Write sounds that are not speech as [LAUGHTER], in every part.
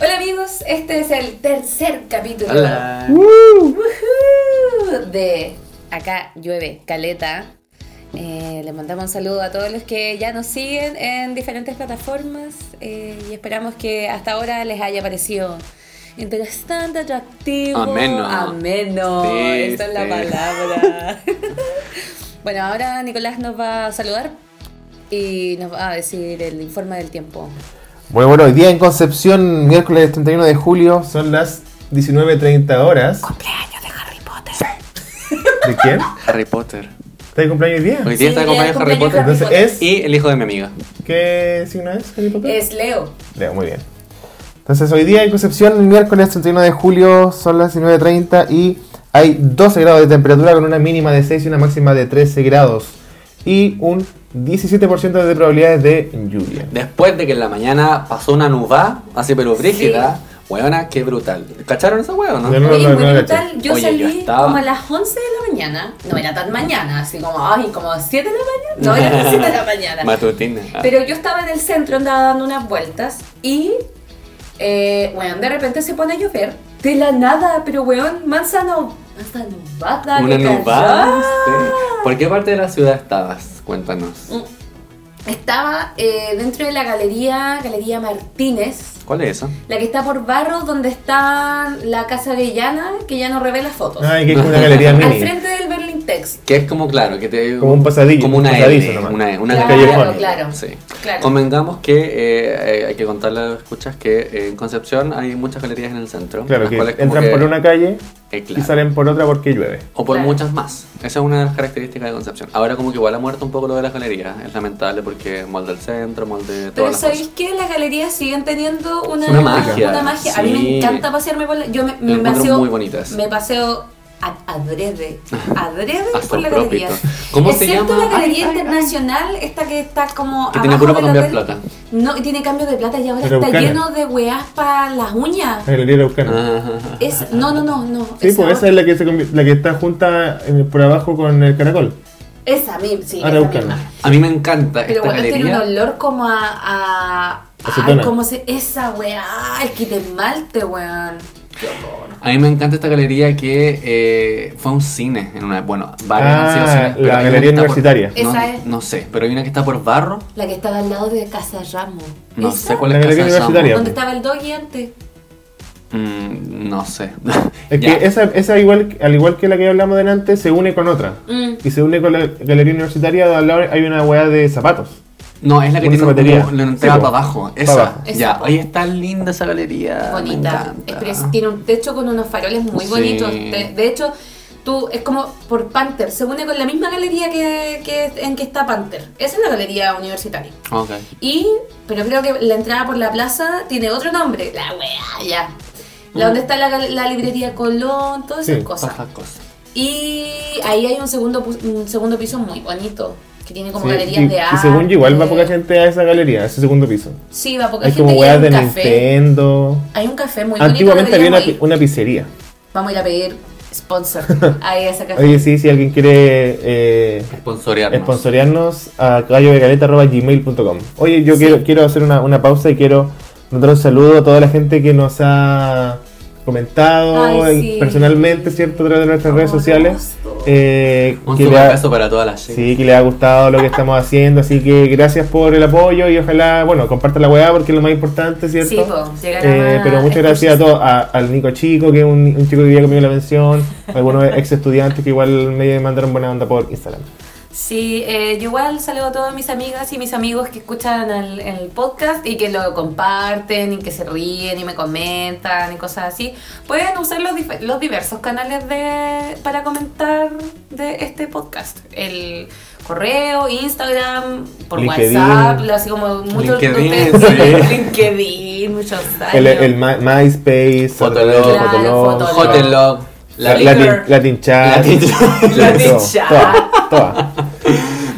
Hola amigos, este es el tercer capítulo Hola. Woohoo, de Acá llueve, caleta. Eh, les mandamos un saludo a todos los que ya nos siguen en diferentes plataformas eh, y esperamos que hasta ahora les haya parecido interesante, atractivo. Ameno. Ameno. Sí, Esa es la sí. [LAUGHS] palabra. bueno, ahora Nicolás nos va a saludar y nos va a decir el informe del tiempo. Bueno, bueno, hoy día en Concepción, miércoles 31 de julio, son las 19.30 horas. Cumpleaños de Harry Potter. ¿De quién? Harry Potter. ¿Está de cumpleaños hoy día? Hoy día está Sí, de cumpleaños el Harry cumpleaños Potter. de Entonces es... Y el hijo de mi amiga. ¿Qué signo es, Harry Potter? Es Leo. Leo, muy bien. Entonces hoy día en Concepción, el miércoles 31 de julio, son las 19.30 y hay 12 grados de temperatura con una mínima de 6 y una máxima de 13 grados. Y un 17% de probabilidades de lluvia. Después de que en la mañana pasó una nubá, así pero brígida, huevona, qué brutal. ¿Cacharon esa hueá o no? Yo no- Oye, no, no, muy no, brutal. caché. Yo Oye, salí yo estaba- como a las 11 de la mañana. No era tan mañana, así como, ay, como 7 de [LAUGHS] la mañana. No, era 7 de la mañana. Matutina. Pero yo estaba en el centro, andaba dando unas vueltas y, eh, weón, de repente se pone a llover. De la nada, pero weón, manzano, manzano, nubada. Ah, una que cayó. nubá. sí. ¿Por qué parte de la ciudad estabas? Cuéntanos. Mm. Estaba eh, dentro de la galería, Galería Martínez. ¿Cuál es eso? La que está por Barros, donde está la casa de Llana, que ya no revela fotos. Ay, que es como una galería Al mini. frente del Berlin Tex. Que es como claro, que te. Como un pasadillo, Como una un pasadizo L, nomás. una E, una Claro, galería. callejón. claro. Sí. Claro. Convengamos que eh, eh, hay que contarle a los escuchas que eh, en Concepción hay muchas galerías en el centro. Claro, las que cuales como entran que- por una calle Eh, y claro. salen por otra porque llueve. O por Claro. muchas más. Esa es una de las características de Concepción. Ahora como que igual ha muerto un poco lo de las galerías. Es lamentable porque es mall del centro, mall de Pero todas las ¿sabéis cosas. que las galerías siguen teniendo una, Una magia, una magia? A mí sí. me encanta pasearme por la... Yo me, me Yo encuentro paseo... muy bonitas. Me paseo a- adrede, adrede A por la propósito. galería. ¿Cómo se Excepto llama? la galería Ay, ay, ay. internacional, esta que está como Que tiene abajo puro del para cambiar hotel. plata. No, y tiene cambio de plata y ahora Pero está Bucana. lleno de weas para las uñas. La galería Araucana. Ah, Es, no, no, no, no. Sí, pues esa es la que, se convi- la que está junta en el- por abajo con el caracol. Esa misma, sí. esa misma. Araucana. [LAUGHS] a mí me encanta Pero esta bueno, este tiene un galería. olor como a. a Acetona. ay, ¿cómo se.? Esa weá, el kit de malte, weón. Qué horror. A mí me encanta esta galería que eh, fue un cine en una. Bueno, varios han sido Ah, cines, pero la hay una galería que está por- universitaria. no, Esa es. no sé, pero hay una que está por barro. La que estaba al lado de Casa Ramos. No ¿Esa? sé cuál La es galería Casa de Samo. universitaria. ¿Dónde estaba el doggy antes? Mm, no sé. [LAUGHS] Es Ya. que esa, esa igual, al igual que la que hablamos delante, se une con otra. Mm. Y se une con la galería universitaria, de al lado hay una weá de zapatos. No, es la que Una tiene como zapatería. la entrada Sí, po. para abajo. Pa' Esa. abajo. Ya, Esa. oye, está linda esa Ah, galería. me Bonita. encanta. Es pres- tiene un techo con unos faroles muy Sí. bonitos. De, de hecho, tú es como por Panther. Se une con la misma galería que, que- en que está Panther. Esa es la galería universitaria. Ok. Y, pero creo que la entrada por la plaza tiene otro nombre. La weá, ya. La donde está la, gal- la librería Colón, todas esas Mm. Sí, cosas. Baja cosa. Y ahí hay un segundo, pu- un segundo piso muy bonito, que tiene como Sí, galerías y, de y arte. según yo, igual va poca gente a esa galería, a ese segundo piso. Sí, va poca hay gente. como y hay weas un de café. Nintendo. Hay un café muy bonito. Antiguamente había deberíamos una, ir. una pizzería. Vamos a ir a pedir [LAUGHS] sponsor ahí a ese café. Oye, sí, si alguien quiere eh, Sponsorearnos. Esponsorearnos a gmail.com Oye, yo quiero, quiero hacer una, una pausa y quiero mandar un saludo a toda la gente que nos ha comentado Ay, sí. en- Amorosito. personalmente, ¿cierto? A través de nuestras redes sociales. Eh, Un que, super le ha, beso para todas las chicas. sí, que le ha gustado lo que estamos haciendo. Así que gracias por el apoyo y ojalá, bueno, compartan la weá porque es lo más importante, ¿cierto? Sí, po, llegar a Eh, más pero muchas gracias a escuchas. todos, a- al Nico Chico, que es un, un chico que vivía conmigo en la mención, [LAUGHS] algunos ex estudiantes que igual me mandaron buena onda por Instagram. Sí, eh, yo igual saludo a todas mis amigas y mis amigos que escuchan el, el podcast y que lo comparten y que se ríen y me comentan y cosas así. Pueden usar los, dif- los diversos canales de, para comentar de este podcast. El correo, Instagram, por LinkedIn. WhatsApp, lo- así como muchos de LinkedIn, ustedes- sí. [LAUGHS] LinkedIn, muchos años. El, el Ma- MySpace, Fotolog. Fotolog, Claro, Fotolog, Fotolog. Fotolog, Hotelog. La La- vida. Latin, Flickr. Latin Chat, Latin [LAUGHS] Chat. Sí, Latin todo, Chat. toda, toda.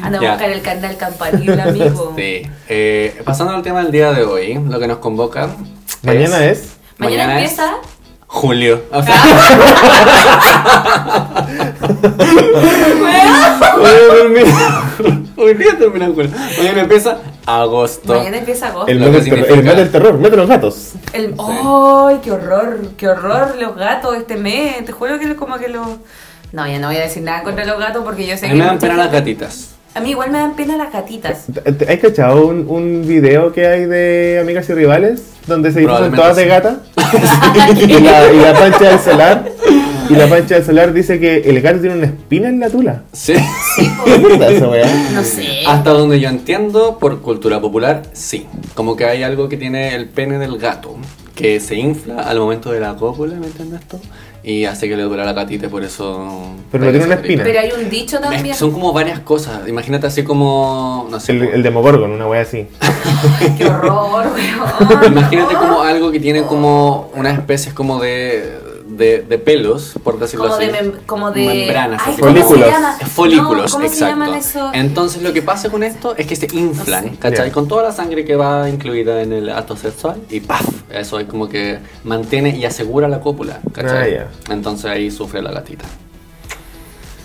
Anda a Ya. buscar el canal Campanil, amigo. Sí. Eh, pasando al tema del día de hoy, lo que nos convoca. Mañana es Mañana, Mañana es- empieza... Ah. Julio. O sea, [LAUGHS] [LAUGHS] Voy a dormir. Julio termina en julio. Mañana empieza agosto. Mañana empieza agosto. El Lo mes, que del terror, el significa- mes del terror, mes de los gatos. El- ¡Ay, qué horror! ¡Qué horror los gatos este mes! Te juro que lo- como que los... No, ya no voy a decir nada contra los gatos porque yo sé A que... mí me dan mucha pena las gente- gatitas. A mí igual me dan pena las gatitas. ¿Te- te- ¿Has cachado un, un video que hay de amigas y rivales? Donde se disfrazan Probablemente todas de sí. gata. [LAUGHS] y, la, y la pancha del solar. Y la pancha del solar dice que el gato tiene una espina en la tula. Sí. [LAUGHS] Oh. ¿Es verdad esa weá? No sé. Hasta donde yo entiendo, por cultura popular, sí. Como que hay algo que tiene el pene del gato, que se infla al momento de la cópula, ¿me entiendes tú? Y hace que le duela la catita, y por eso... Pero no tiene una espina. Pero hay un dicho Es también... que son como varias cosas. Imagínate así como... No sé. El, el demogorgon, una weá así. ¡Qué [LAUGHS] horror, weón! Imagínate como algo que tiene como unas especies como de... De, de pelos, por decirlo Como así. de mem- como de- membranas, Ay, así ¿cómo como- Folículos. se llama? Folículos, No, ¿cómo se exacto. llaman eso? Entonces lo que pasa con esto es que se inflan, No sé. ¿cachai? Ya. Con toda la sangre que va incluida en el acto sexual y ¡paf! Eso es como que mantiene y asegura la cópula, ¿cachai? Ah, Entonces ahí sufre la gatita.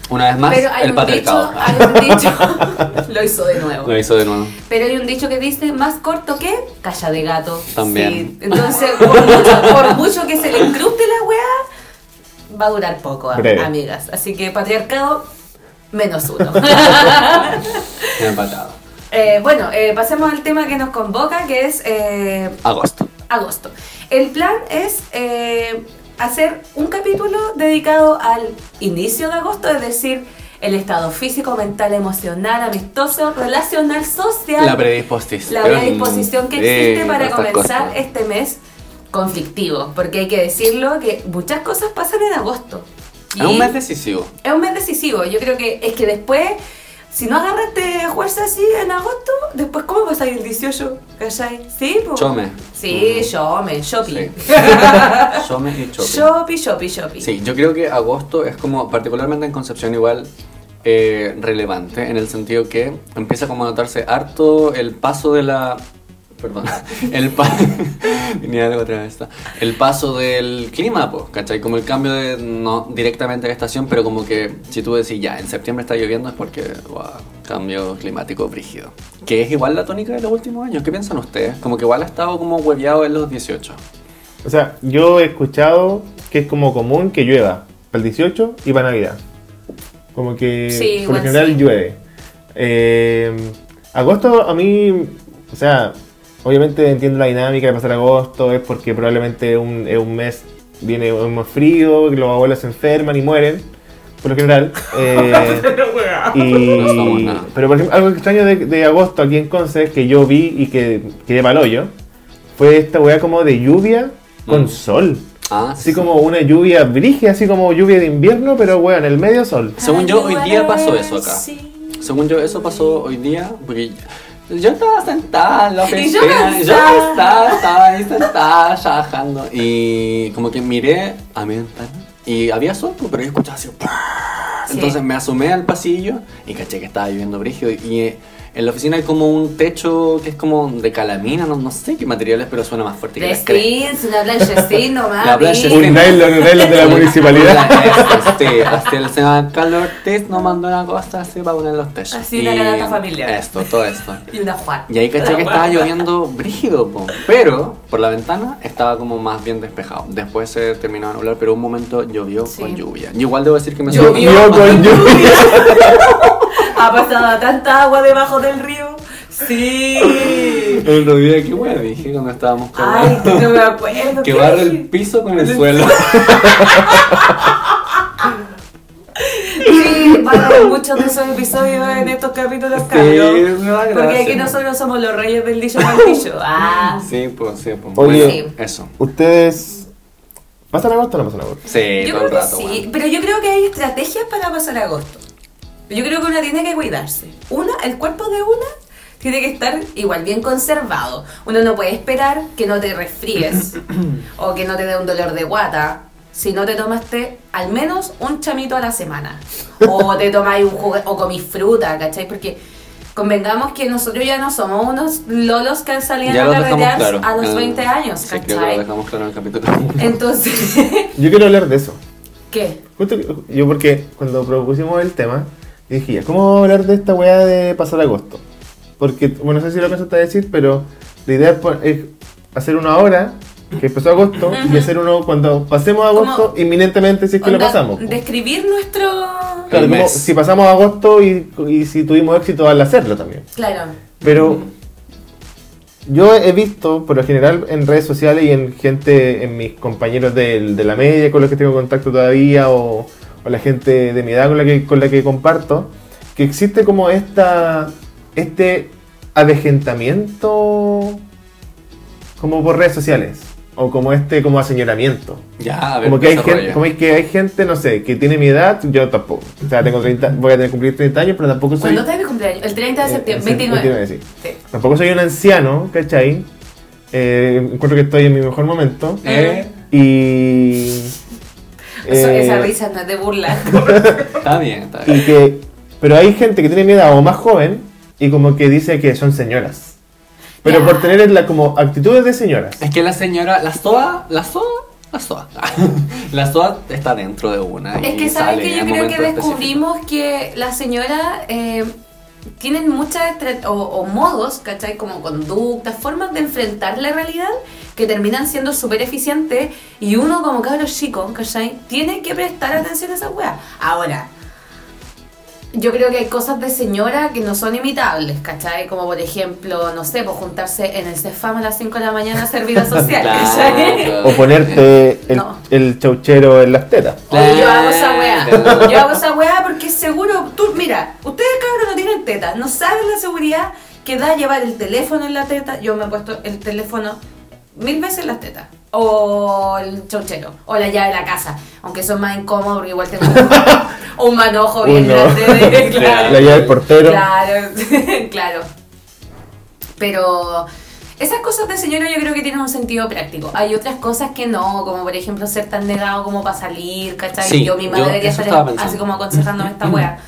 Una vez más, Pero hay el un dicho... patriarcado. Hay un [LAUGHS] dicho... [LAUGHS] lo hizo de nuevo. Lo hizo de nuevo. Pero hay un dicho que dice, más corto que calla de gato. También. Sí. Entonces, por mucho, por mucho que se le incruste la weá, va a durar poco, am- Breve. amigas. Así que patriarcado, menos uno. [LAUGHS] Empatado. Eh, bueno, eh, pasemos al tema que nos convoca, que es eh, Agosto. agosto. El plan es eh, hacer un capítulo dedicado al inicio de agosto, es decir, el estado físico, mental, emocional, amistoso, relacional, social. La predisposición. la predisposición que existe de para estas comenzar cosas. este mes conflictivo, porque hay que decirlo que muchas cosas pasan en agosto. Y Es un [LAUGHS] mes decisivo. es un mes decisivo, yo creo que es que después, si no agarraste fuerza así en agosto, después ¿cómo vas a ir el 18? ¿Cachai? Sí, po. Chome. Sí, Mm. chome, shopping. [LAUGHS] Sí. Yo me he hecho. Shopping, shopping, shopping. Sí, yo creo que agosto es como, particularmente en Concepción igual, eh, relevante, en el sentido que empieza como a notarse harto el paso de la... Perdón, [LAUGHS] el, pa ni algo otra vez está. el paso del clima, pues, ¿cachai? Como el cambio de, no directamente de estación, pero como que si tú decís ya, en septiembre está lloviendo es porque, wow, cambio climático brígido. Que es igual la tónica de los últimos años, ¿qué piensan ustedes? Como que igual ha estado como hueveado en los 18. O sea, yo he escuchado que es como común que llueva para el 18 y para Navidad. Como que Sí, por igual lo general sí. llueve. Eh, agosto a mí, o sea, obviamente entiendo la dinámica de pasar agosto, es porque probablemente un, es un mes viene un mes frío, que los abuelos se enferman y mueren, por [LAUGHS] lo general. Eh, y- No somos nada. pero por ejemplo, algo extraño de, de agosto aquí en Conce que yo vi y que quedé mal hoyo fue esta weá como de lluvia con Mm. sol. Ah, Así como una lluvia brígida, así como lluvia de invierno, pero weón, el medio sol. Según yo, hoy día pasó eso acá. Sí. Según yo, eso pasó hoy día, porque yo estaba sentada en la Y yo oficina, y yo cansada. estaba, estaba ahí sentada, trabajando, y como que miré a mi ventana, y había sol, pues, pero yo escuchaba así, ¡pum! Sí. entonces me asomé al pasillo, y caché que estaba lloviendo brígido, y eh, en la oficina hay como un techo que es como de calamina, no, no sé qué materiales, pero suena más fuerte que De la cresta. skins, una [LAUGHS] planchecín nomás. La plancha Un Sí. nylon, un nylon [LAUGHS] de la municipalidad. Sí, hasta el señor Carlos Ortiz nos mandó una cosa así para poner los techos. Así, una Y canasta familiar. Esto, todo esto. Y una Juan. Y ahí caché que estaba lloviendo brígido, po. pero por la ventana estaba como más bien despejado. Después se terminó de nublar, pero un momento llovió Sí. con lluvia. Y igual debo decir que me Llovió. sorprendió. Yo con lluvia. [LAUGHS] Ha pasado tanta agua debajo del río. Sí. El otro día, qué bueno, dije cuando estábamos con Ay, que no me acuerdo. [LAUGHS] que ¿qué barre dije? el piso [LAUGHS] con el suelo. Sí, pasan muchos de esos episodios en estos capítulos, [LAUGHS] Sí, cabros. me da Porque gracia. aquí nosotros somos los reyes del dicho [LAUGHS] maldillo. Ah, Sí, pues, sí, pues. Oye. Bueno, eso. ¿Ustedes pasan agosto o no pasan agosto? Sí, yo Eh, todo creo el que rato. sí. bueno. Pero yo creo que hay estrategias para pasar agosto. Yo creo que una tiene que cuidarse. Una, el cuerpo de una tiene que estar igual bien conservado. Uno no puede esperar que no te [COUGHS] resfríes o que no te dé un dolor de guata si no te tomaste al menos un chamito a la semana. [LAUGHS] O te tomáis un jugo o comís fruta, ¿cachai? Porque convengamos que nosotros ya no somos unos lolos que salían Ya a lo dejamos carretear claro. a los en- 20 años, Sí, creo que lo ¿cachai? dejamos claro en el capítulo. Entonces, [LAUGHS] Yo quiero hablar de eso. ¿qué? Justo que- yo porque cuando propusimos el tema, Y dije, ya, ¿cómo vamos a hablar de esta weá de pasar agosto? Porque, bueno, no sé si lo pensaste decir, pero la idea es, pon- es hacer una hora que empezó agosto y hacer uno cuando pasemos agosto, Como- inminentemente si es que lo Onda, pasamos. po. Describir nuestro. Claro, El como mes. si pasamos agosto y, y si tuvimos éxito al hacerlo también. Claro. Pero yo he visto, por lo general, en redes sociales y en gente, en mis compañeros del- de, la media con los que tengo contacto todavía, o, o la gente de mi edad con la que, con la que comparto, que existe como esta este avejentamiento como por redes sociales, o como este como aseñoramiento. [LAUGHS] Ya, a ver, Como que, hay desarrolla. gente, como es que hay gente, no sé, que tiene mi edad, yo tampoco. O sea, tengo 30, voy a tener que cumplir 30 años, pero tampoco soy... ¿Cuándo está mi cumpleaños? El 30 de Eh, septiembre. sí, 29. sí. Sí. Tampoco soy un anciano, ¿cachai? Eh, encuentro que estoy en mi mejor momento. Eh, Y. Eso- eh, esa risa no es de burla. [LAUGHS] está bien, está bien. Y que. Pero hay gente que tiene mi edad o más joven y como que dice que son señoras. Pero Ya. por tener la, como actitudes de señoras. Es que la señora, la soa, la soa, la soa. [LAUGHS] la soa está dentro de una. Es y que sabes sale que en yo creo que momentos específicos. descubrimos que las señoras eh, tienen muchas estra- o, o modos, ¿cachai? Como conductas, formas de enfrentar la realidad que terminan siendo súper eficientes y uno como cabros chico, ¿cachai? Tiene que prestar atención a esa weas. Ahora, yo creo que hay cosas de señora que no son imitables, ¿cachai? Como por ejemplo, no sé, pues juntarse en el CEFAM a las 5 de la mañana a hacer [LAUGHS] vida social, ¿cachai? Claro. O ponerte el, No. el chauchero en las tetas. Oye, yo hago esa Claro. weá. Yo hago esa weá porque seguro. Tú, mira, ustedes cabros no tienen tetas. No saben la seguridad que da llevar el teléfono en la teta. Yo me he puesto el teléfono mil veces en las tetas. O el chauchero. O la llave de la casa. Aunque eso es más incómodo porque igual tengo un, un manojo bien Uno. grande. [LAUGHS] de- claro. La llave del portero. Claro, [LAUGHS] claro. Pero esas cosas de señora yo creo que tienen un sentido práctico. Hay otras cosas que no, como por ejemplo ser tan negado como para salir, ¿cachai? Sí, yo mi yo madre debería eso estar estaba pensando. Mm, así como aconsejándome esta wea.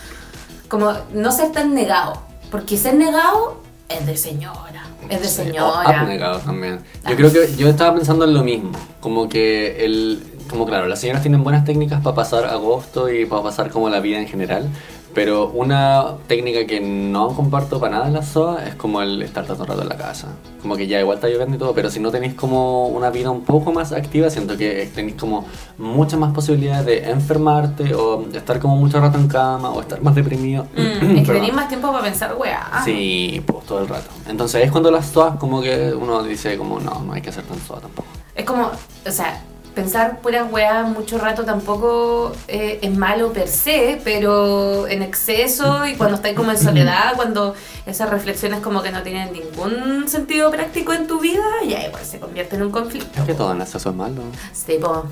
Como no ser tan negado, porque ser negado es de señora, es de O señora. abnegado ah, pues, también. Yo creo que yo estaba pensando en lo mismo. Como que el. Como claro, las señoras tienen buenas técnicas para pasar agosto y para pasar como la vida en general. Pero una técnica que no comparto para nada en la SOA es como el estar tanto rato en la casa. Como que ya igual está lloviendo y todo, pero si no tenéis como una vida un poco más activa, siento que tenéis como muchas más posibilidades de enfermarte o estar como mucho rato en cama o estar más deprimido. Mm, es que [CLEARS THROAT] Perdón. tenéis más tiempo para pensar wea. Sí, pues todo el rato. Entonces es cuando las toas como que uno dice como no, no hay que hacer tan soa tampoco. Es como, o sea, pensar puras weas mucho rato tampoco eh, es malo per se, pero en exceso y cuando estáis como en [LAUGHS] soledad, cuando esas reflexiones como que no tienen ningún sentido práctico en tu vida, ya igual se convierte en un conflicto. Es que todo en exceso es malo. Sí, po.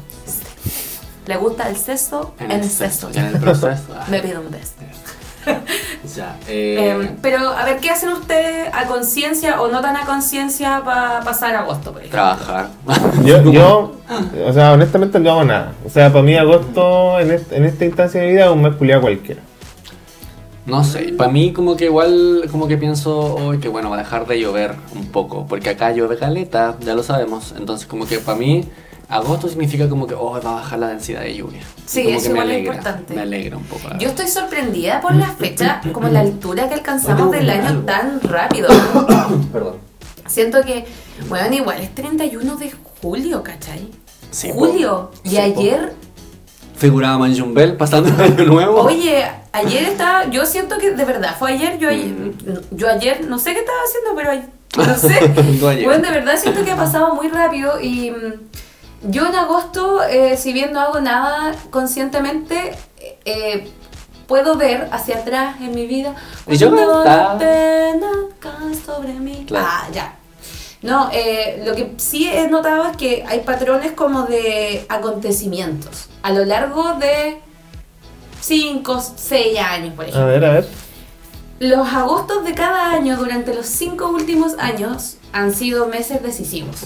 Le gusta el sexo, en el sexo. ya en el proceso. ah, [LAUGHS] Me pido un beso. ya. eh, Em, pero a ver, ¿qué hacen ustedes a conciencia o no tan a conciencia para pasar agosto, por ejemplo? trabajar. [LAUGHS] Yo, yo, o sea, honestamente no hago nada. O sea, para mí agosto, en, este- en esta instancia de mi vida, es un mes culiado cualquiera. No sé, para mí como que igual como que pienso hoy que bueno, va a dejar de llover un poco, porque acá llueve caleta, ya lo sabemos. Entonces como que para mí agosto significa como que oh, va a bajar la densidad de lluvia. Sí, Y como eso que me igual es alegra, importante. me alegra un poco. la Yo estoy sorprendida por la fecha, como la altura que alcanzamos Oye, del algo. año tan rápido. verdad. [COUGHS] perdón. Siento que, bueno, igual es 31 de julio, ¿cachai? Sí, po. julio. Y Sí, po. ayer, Figuraba Manjumbel pasando el año nuevo. oye, ayer estaba, yo siento que de verdad fue ayer, yo ayer, yo ayer no sé qué estaba haciendo, pero ayer, no sé. [LAUGHS] No ayer. Bueno, de verdad siento que ha pasado muy rápido y mm, yo en agosto, eh, si bien no hago nada conscientemente, eh, puedo ver hacia atrás en mi vida Y yo cuando la cantaba. pena cae sobre mí. Claro. Ah, ya. No, eh, lo que sí he notado es que hay patrones como de acontecimientos a lo largo de 5, 6 años, por ejemplo. A ver, a ver. Los agostos de cada año durante los cinco últimos años han sido meses decisivos,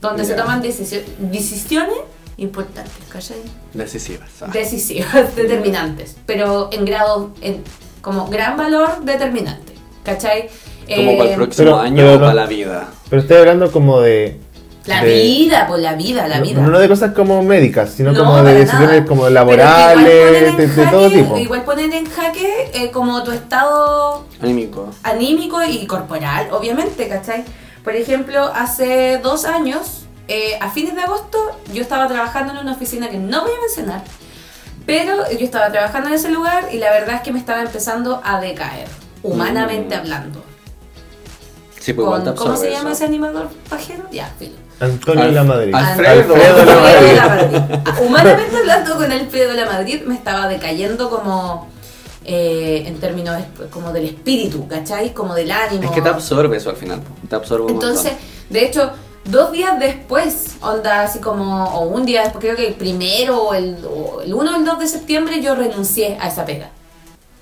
donde se Ya. toman decisio- decisiones importantes, ¿cachai? Decisivas. ah. Decisivas, [LAUGHS] determinantes, pero en grado, en, como gran valor determinante, ¿cachai? Como Eh, para el próximo pero- año pero o no. para la vida. Pero estoy hablando como de La de- vida, pues la vida, la No- vida. No, de cosas como médicas, sino No, como de para decisiones nada. como Pero igual laborales, ponen de, en de todo jaque- tipo. Igual ponen en jaque eh, como tu estado Anímico. anímico y corporal, obviamente, ¿cachai? Por ejemplo, hace dos años, eh, a fines de agosto, yo estaba trabajando en una oficina que no voy a mencionar, pero yo estaba trabajando en ese lugar y la verdad es que me estaba empezando a decaer, humanamente Mm. hablando. Sí, pues igual Con- te ¿Cómo se absorbe llama eso. ese animador pajero? Ya, filo. Antonio Al- La Madrid. al- Alfredo Alfredo. Alfredo de La la Madrid. Humanamente hablando con Alfredo de la Madrid me estaba decayendo como eh, en términos es- como del espíritu, ¿cachai? Como del ánimo. Es que te absorbe eso al final. Te absorbe un montón. Entonces, de hecho, dos días después, onda así como, o un día después, creo que el primero o el, o el 1 o el 2 de septiembre, yo renuncié a esa pega.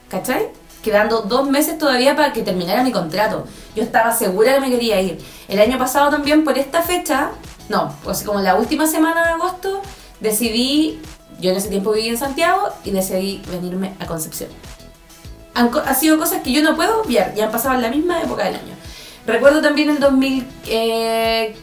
¿Cachai? Quedando dos meses todavía para que terminara mi contrato. Yo estaba segura que me quería ir. El año pasado también, por esta fecha, no, pues como la última semana de agosto, decidí, yo en ese tiempo viví en Santiago y decidí venirme a Concepción. Han, co- ha sido cosas que yo no puedo obviar y han pasado en la misma época del año. Recuerdo también en eh,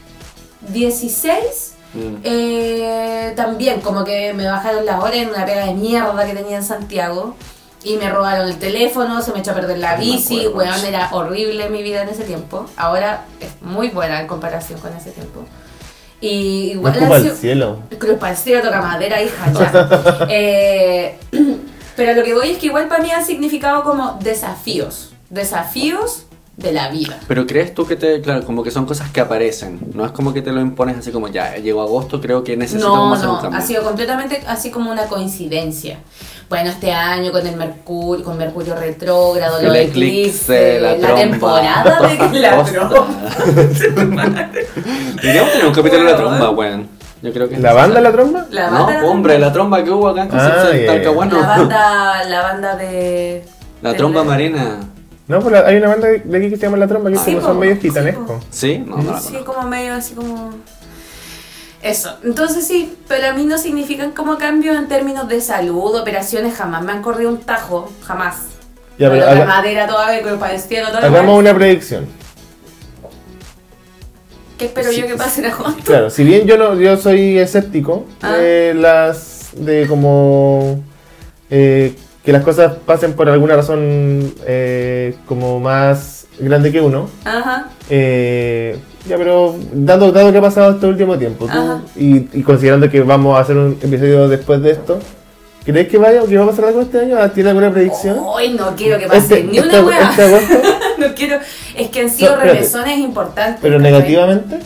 2016, Mm. eh, también como que me bajaron las horas en una pega de mierda que tenía en Santiago y me robaron el teléfono, se me echó a perder la No me bici, acuerdo. weón, era horrible mi vida en ese tiempo. Ahora es muy buena en comparación con ese tiempo. Y No igual es han como al sido- cielo. Cruz Palcero toca madera, hija, [LAUGHS] ya. Eh, [CLEARS THROAT] pero lo que voy es que igual para mí han significado como desafíos. Desafíos de la vida. Pero crees tú que te, claro, como que son cosas que aparecen, no es como que te lo impones así como ya, llegó agosto, creo que necesitamos No, hacer un no, cambio. ha sido completamente así como una coincidencia. Bueno, este año con el Mercurio, con Mercurio retrógrado, El los eclipse, eclipses, la la tromba. temporada [LAUGHS] de la Posta. tromba. Deberíamos tener un capítulo de Bueno. la tromba, weón. Yo creo que es ¿La banda La necesario. Tromba? La banda, No, hombre, la tromba que hubo acá en Ah, Concepción, ya, ya. Talcahuano. la banda, la banda de [LAUGHS] La de- tromba marina. No, pues la- hay una banda de aquí que se llama La Tromba, que Sí, como po, son medios sí, po. gitanescos. ¿Sí? No, no la sí, conozco. como medio así como... Eso. Entonces sí, pero a mí no significan como cambios en términos de salud, operaciones, jamás. Me han corrido un tajo, jamás. Ya, pero Pero la haga- madera todavía, con el palestino, todo hagamos una predicción. ¿Qué espero Sí, yo que sí. pase en agosto? Claro, si bien yo no, yo soy escéptico Ah. de las de como eh, que las cosas pasen por alguna razón eh, como más grande que uno. Ajá. eh, ya, pero dado, dado que ha pasado este último tiempo tú, Ajá. y, y considerando que vamos a hacer un episodio después de esto, ¿crees que vaya que va a pasar algo este año? ¿Tiene alguna predicción? Hoy no quiero Oh, que pase Este- ni una este- weá. este agosto, [LAUGHS] no quiero. Es que han sido No, espérate. revesones importantes. [LAUGHS] pero ¿cachai? negativamente.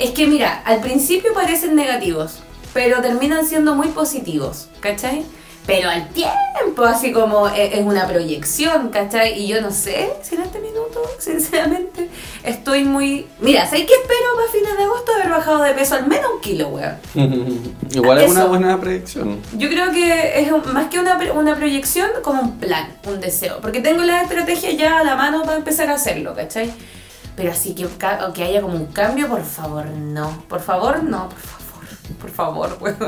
Es que mira, al principio parecen negativos, pero terminan siendo muy positivos, ¿cachai? Pero al tiempo, así como e- es una proyección, ¿cachai? Y yo no sé si en este minuto, [LAUGHS] sinceramente, estoy muy... Mira, ¿sabes qué espero para fines de agosto haber bajado de peso al menos un kilo, weón? [LAUGHS] Igual es una Ah, Eso. buena predicción. Yo creo que es un- más que una, pre- una proyección, como un plan, un deseo. Porque tengo la estrategia ya a la mano para empezar a hacerlo, ¿cachai? Pero así que, ca- que haya como un cambio, por favor, no. Por favor, no, por favor. Por favor, [LAUGHS] weón.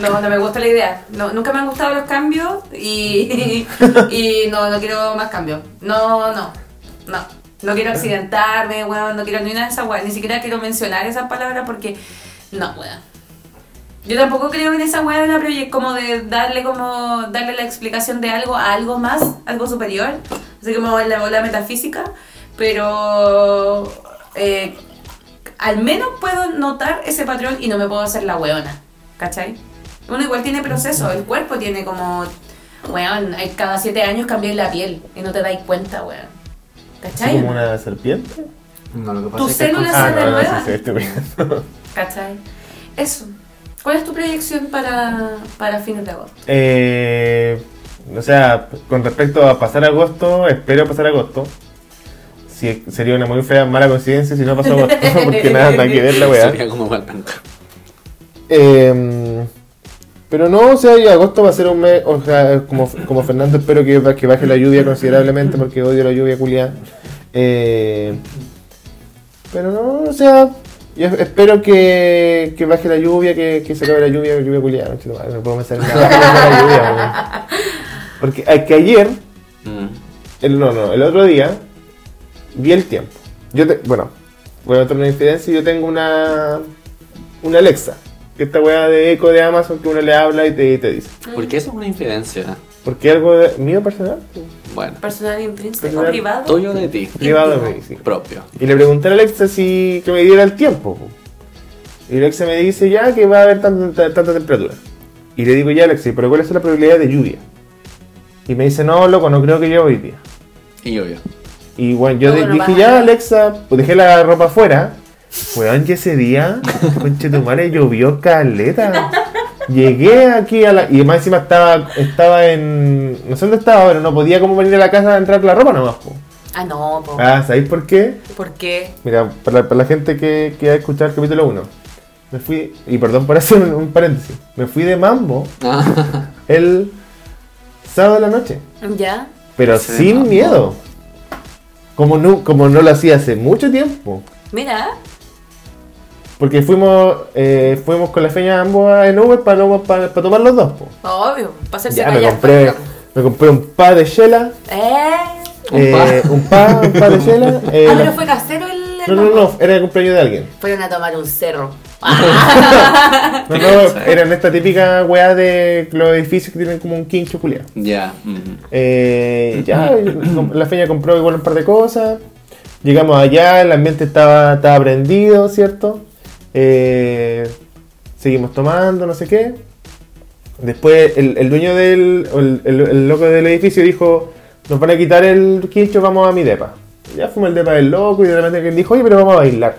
No, no me gusta la idea. No, nunca me han gustado los cambios y, [LAUGHS] y no, no quiero más cambios. No, no, no. No quiero accidentarme, weón. No quiero ni una de esas weas. Ni siquiera quiero mencionar esas palabras porque no, weón. Yo tampoco creo en esa weá de la proye- como de darle como darle la explicación de algo a algo más, algo superior, así como en la bola metafísica, pero eh, al menos puedo notar ese patrón y no me puedo hacer la weona, ¿cachai? Uno igual tiene proceso, el cuerpo tiene como, weón, hay- cada siete años cambiáis la piel y no te dais cuenta, weón, Así ¿cachai? como una serpiente. Ah, No, lo que Tus es que células con- se renuevan. sí, sí, estoy bien. ¿Cachai? Eso. ¿Cuál es tu proyección para, para fines de agosto? Eh, o sea, con respecto a pasar agosto, espero pasar agosto. Si, sería una muy fea, mala coincidencia si no pasó agosto, [LAUGHS] porque nada, nada que ver la weá. Sería como mal plan. Eh, pero no, o sea, y agosto va a ser un mes, o sea, como, como Fernando espero que, ba- que baje la lluvia considerablemente porque odio la lluvia, culiá. Eh, pero no, o sea, yo espero que, que baje la lluvia, que, que se acabe la lluvia, lluvia culiá. conchito madre, No puedo pensar en nada, pero baja la lluvia, weón. Porque es que ayer, Mm. el, no, no, el otro día, vi el tiempo. Yo te- bueno, Bueno, otra una infidencia, yo tengo una, una Alexa. Que esta weá de eco de Amazon que uno le habla y te, y te dice. ¿Por qué eso es una infidencia? Porque algo de- mío personal, Bueno, Personal intrínseco, Personal. privado. tuyo de ti, privado, me dice. propio. Y le pregunté a Alexa si que me diera el tiempo. po. Y Alexa me dice ya que va a haber tan- ta- tanta temperatura. Y le digo ya Alexa, pero ¿cuál es la probabilidad de lluvia? Y me dice, no, loco, no creo que llueva hoy día. Y lluvia. Y bueno, yo No, de- bueno, dije vas a ya ver". Alexa, pues dejé la ropa afuera. Weón, y ese día, [LAUGHS] conche tu madre, llovió caleta. Llegué aquí a la. Y más encima estaba, estaba en. No sé dónde estaba, pero no podía como venir a la casa a entrar la ropa nomás. po. Ah, no, po. Ah, ¿sabéis por qué? ¿por qué? Mira, para, para la gente que, que ha escuchado el capítulo 1, me fui, y perdón por hacer un, un paréntesis, me fui de mambo Ah, el sábado de la noche, ¿Ya? pero Sí, sin mambo. miedo. Como no, como no lo hacía hace mucho tiempo. Mira, Porque fuimos eh, fuimos con la feña ambos en Uber para, no- para, para tomar los dos. po. obvio, para hacerse Ya me callar, compré, pues, digamos. me compré un par de chela. Eh. Un eh, par. un par, un par de [LAUGHS] chela. eh, ah, la- pero fue casero el. el no, no, mambo. no, Ah. era el cumpleaños [LAUGHS] de alguien. Fueron a tomar un cerro. No, no, eran esta típica weá de los edificios que tienen como un quincho culiado. [LAUGHS] ya. ujú. Eh, ya, la feña compró igual un par de cosas. Llegamos allá, el ambiente estaba, estaba prendido, ¿cierto? Eh, seguimos tomando, no sé qué. Después el, el dueño del. o El, el- el loco del edificio dijo: Nos van a quitar el quincho, vamos a mi depa. Ya fuimos el depa del loco y de repente él dijo: Oye, pero vamos a bailar.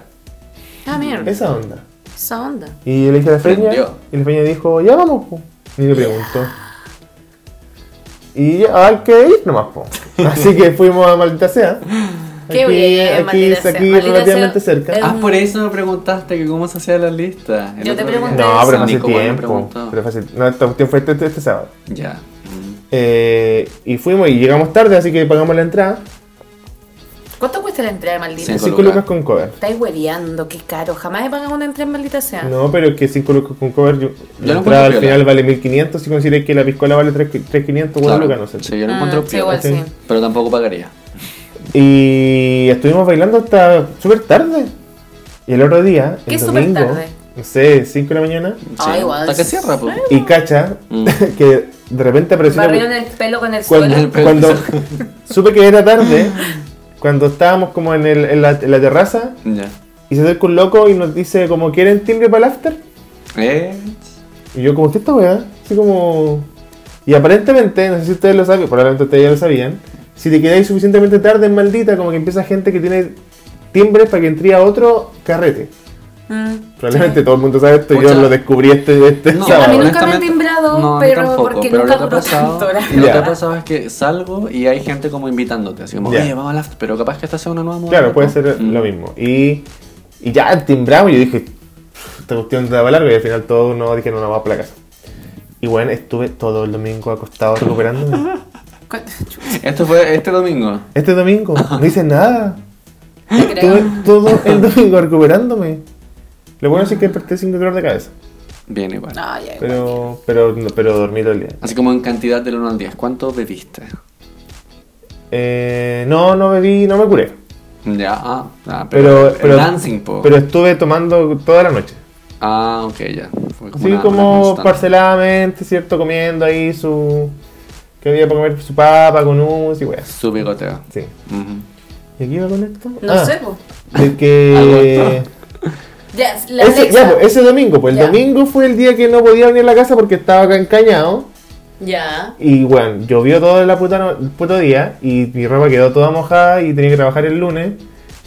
Ah, mierda. Esa onda. Esa onda. Y yo le dije a la feña. Prendió. Y la feña dijo, ya vamos, po. Y le preguntó. Y ya, hay que ir nomás, [LAUGHS] po. Así que fuimos a Maldita Sea. Qué aquí, bien, aquí, Maldita Sea. aquí Maldita relativamente Sea. cerca. Eh, Ah, por eso me preguntaste que cómo se hacía la lista. El Yo te otro día. pregunté no, pero eso. fue hace Nico me tiempo. preguntó. Pero fue hace- no, esta cuestión fue este, este- este sábado. Ya. ujú. Eh, y fuimos y llegamos tarde, así que pagamos la entrada. ¿Cuánto cuesta la entrada, maldita? Cinco 5 lucas lucas. con cover. Estáis hueveando, qué caro. Jamás he pagado una entrada, maldita sea. No, pero es que 5 lucas con cover, yo- la lo entrada al encuentro piola. final vale 1500. Si consideráis que la piscola vale 3500, bueno, lucas, no sé. Sí, yo lo Mm, encuentro sí, piola, igual sí. ¿cachai? Pero tampoco pagaría. Y estuvimos bailando hasta súper tarde. Y el otro día, ¿Qué el súper domingo, tarde? no sé, 5 de la mañana, Sí, Ah, igual. Hasta que cierra, pues. y Cacha, [LAUGHS] Mm. que de repente apareció... una- Barrieron el pelo con el cuando suelo. cuando [LAUGHS] supe que era tarde, cuando estábamos como en, el- en la, en la terraza, Ya. y se acerca un loco y nos dice como, ¿quieren timbre para el after? Este Eh, Y yo como, ¿qué esta weá? Así como... Y aparentemente, no sé si ustedes lo saben, probablemente ustedes ya lo sabían, si te quedáis suficientemente tarde en maldita, como que empieza gente que tiene timbres para que entre a otro carrete. Mm. Probablemente todo el mundo sabe esto, yo Pucha. lo descubrí este, este No, a mí nunca me sábado. han honestamente- timbrado, no, a mí pero tampoco, porque pero nunca lo que ha duró pasado, tanto, la Lo que verdad. ha pasado es que salgo y hay gente como invitándote, así como, Ya. oye, vamos a la... Pero capaz que esta sea una nueva moda. Claro, puede ser Mm. lo mismo. Y, y ya timbramos, yo dije, esta cuestión daba largo y al final todo no dije, no, no, vamos para la casa. Y bueno, estuve todo el domingo acostado recuperándome. [LAUGHS] [LAUGHS] Esto fue este domingo. Este domingo, no hice nada. Te Estuve creo. todo el domingo recuperándome. Lo bueno es que desperté sin dolor de cabeza. Bien igual. No, ya, Ah. igual. Pero, pero, pero dormí todo el día. Así como en cantidad del 1 al 10, ¿cuánto bebiste? Eh, no, no bebí, no me curé. Ya, ah, ah, Pero, el pero, dancing, po. pero estuve tomando toda la noche. Ah, ok, ya. Fue Sí, una- una como constante. parceladamente, ¿cierto? Comiendo ahí su... Que había para comer su papa con hummus y weas. Su bigoteo. Sí. Ujú. ¿Y aquí iba con esto? No Ah, sé, po. De que... Agosto. Ya, la ese, Alexa. ya, po, ese domingo, pues el Ya. domingo fue el día que no podía venir a la casa porque estaba acá encañado. Ya. Y bueno, llovió todo la puta no- el puto día y mi ropa quedó toda mojada y tenía que trabajar el lunes.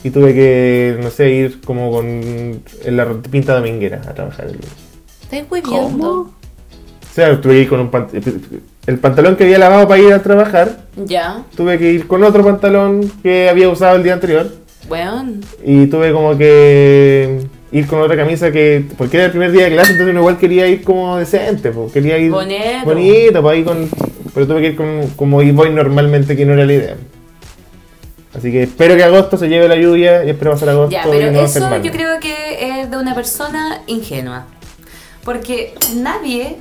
Y tuve que, no sé, ir como con en la pinta dominguera a trabajar el lunes. Estáis hueveando. O sea, tuve que ir con un pant- el pantalón que había lavado para ir a trabajar, Ya. tuve que ir con otro pantalón que había usado el día anterior Weón. y tuve como que ir con otra camisa que porque era el primer día de clase, entonces uno igual quería ir como decente, po, quería ir Bonito. bonito para ir con pero tuve que ir con como y voy normalmente que no era la idea. Así que espero que agosto se lleve la lluvia y espero pasar agosto Ya, y pero no eso enfermarme. yo creo que es de una persona ingenua. Porque nadie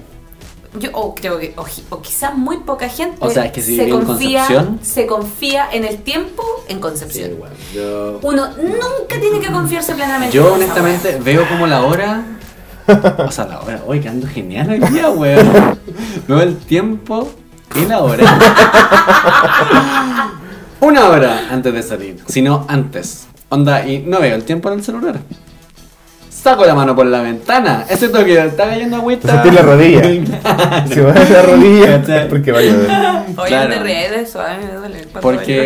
yo o creo que o, gi- o quizás muy poca gente O sea, es que si se vive en confía Concepción. se confía en el tiempo en Sí, Concepción. igual. Yo, Uno nunca tiene que confiarse plenamente. yo en esa honestamente veo como la hora. O sea, la hora. Hoy que ando genial hoy día, weón. Veo el tiempo y la hora. Una hora antes de salir, sino antes. Onda, y no veo el tiempo en el celular. Saco la mano por la ventana. Ese toque está cayendo agüita. Sentir la [LAUGHS] rodilla. Si vas a la rodilla, ¿Cachai? porque va a llover. hueá. Oye, claro. no te rías de eso, a mí me duele. cuando Porque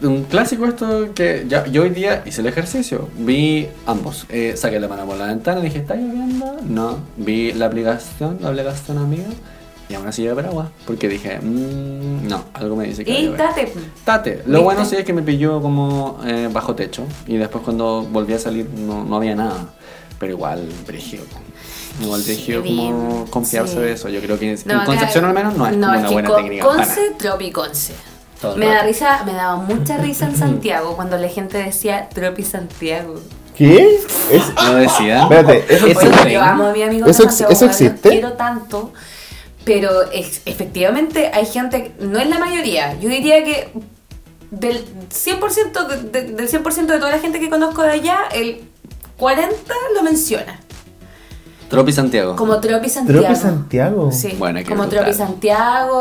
bailo. un clásico esto que ya, yo hoy día hice el ejercicio, vi ambos, Eh, saqué la mano por la ventana, dije, ¿está lloviendo? No, vi la aplicación, la aplicación amiga, y aún así llevé paraguas, porque dije, "Mm, no, algo me dice que va a Y llover". date. Tate, ¿Viste? lo bueno sí es que me pilló como eh, bajo techo, y después cuando volví a salir no, no había nada, pero igual, brígido. Igual brígido como Heavy, confiarse sí. de eso, yo creo que en No, acá- Concepción al menos no es como es una que buena con- técnica. pana. Conce, tropiconce. Todo el Me da rato. risa, me daba mucha risa [LAUGHS] en Santiago cuando la gente decía Tropi Santiago. ¿Qué? Es- No decía. Espérate, eso- ¿Es un Oye, tren? yo amo a mi amigo ¿Eso de ex- Santiago, eso los existe? quiero tanto. Pero ex- efectivamente hay gente, no es la mayoría. Yo diría que del 100%, de, de- del 100 de toda la gente que conozco de allá, el 40% lo menciona. Tropi Santiago. Como Tropi Santiago. Tropi Santiago. Sí, Bueno, hay que como disfrutar. Tropi Santiago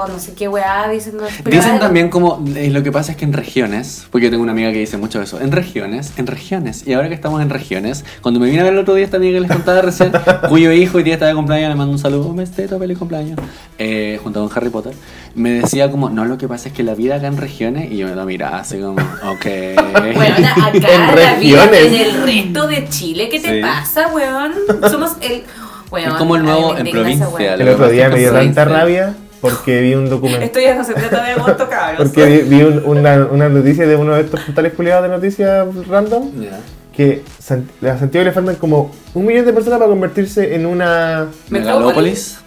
o no sé qué weá dicen. no- pero Dicen ahora- también como, eh, lo que pasa es que en regiones, porque yo tengo una amiga que dice mucho eso, en regiones, en regiones, y ahora que estamos en regiones, cuando me vine a ver el otro día esta amiga que les [LAUGHS] contaba recién, cuyo hijo hoy día estaba de cumpleaños, le mando un saludo, un besito, feliz cumpleaños, eh, junto con Harry Potter, me decía como, no, lo que pasa es que la vida acá en regiones, y yo me lo miraba así [LAUGHS] como, ok. [LAUGHS] Bueno, na- acá En en la vida regiones. en el resto de Chile, ¿qué te Sí. pasa, weón? Somos el. Weón, Es como el a mí nuevo me indigna en esa provincia, weá. El otro día me dio Sí, tanta sí. rabia porque vi un documento. Esto ya no se trata de voto, cabros. Porque vi, vi un- una, una noticia de uno de estos portales culiados de noticias random. Ya. que Sant- a Santiago le faltan como un millón de personas para convertirse en una Megalópolis,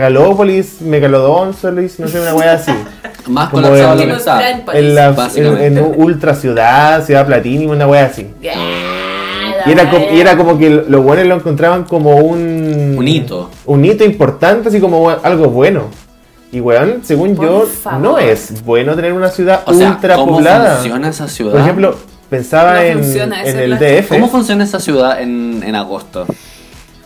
megalópolis, megalodónsolis, no sé, una [LAUGHS] wea así. más Como colapsado el- de Tipo lo que estaba. Tran- en, la, en, Básicamente. en un ultra ciudad, ciudad platínima, una wea así. [LAUGHS] Ya, Y era, la como, weá. y era como que los buenos lo encontraban como un... Un hito. Un hito importante, así como we- algo bueno. Y weón, según Por yo, favor. no es bueno tener una ciudad O sea, ultra ¿cómo poblada. funciona esa ciudad? Por ejemplo, pensaba No en, funciona, esa en es el la- DF. ¿Cómo funciona esta ciudad en, en agosto?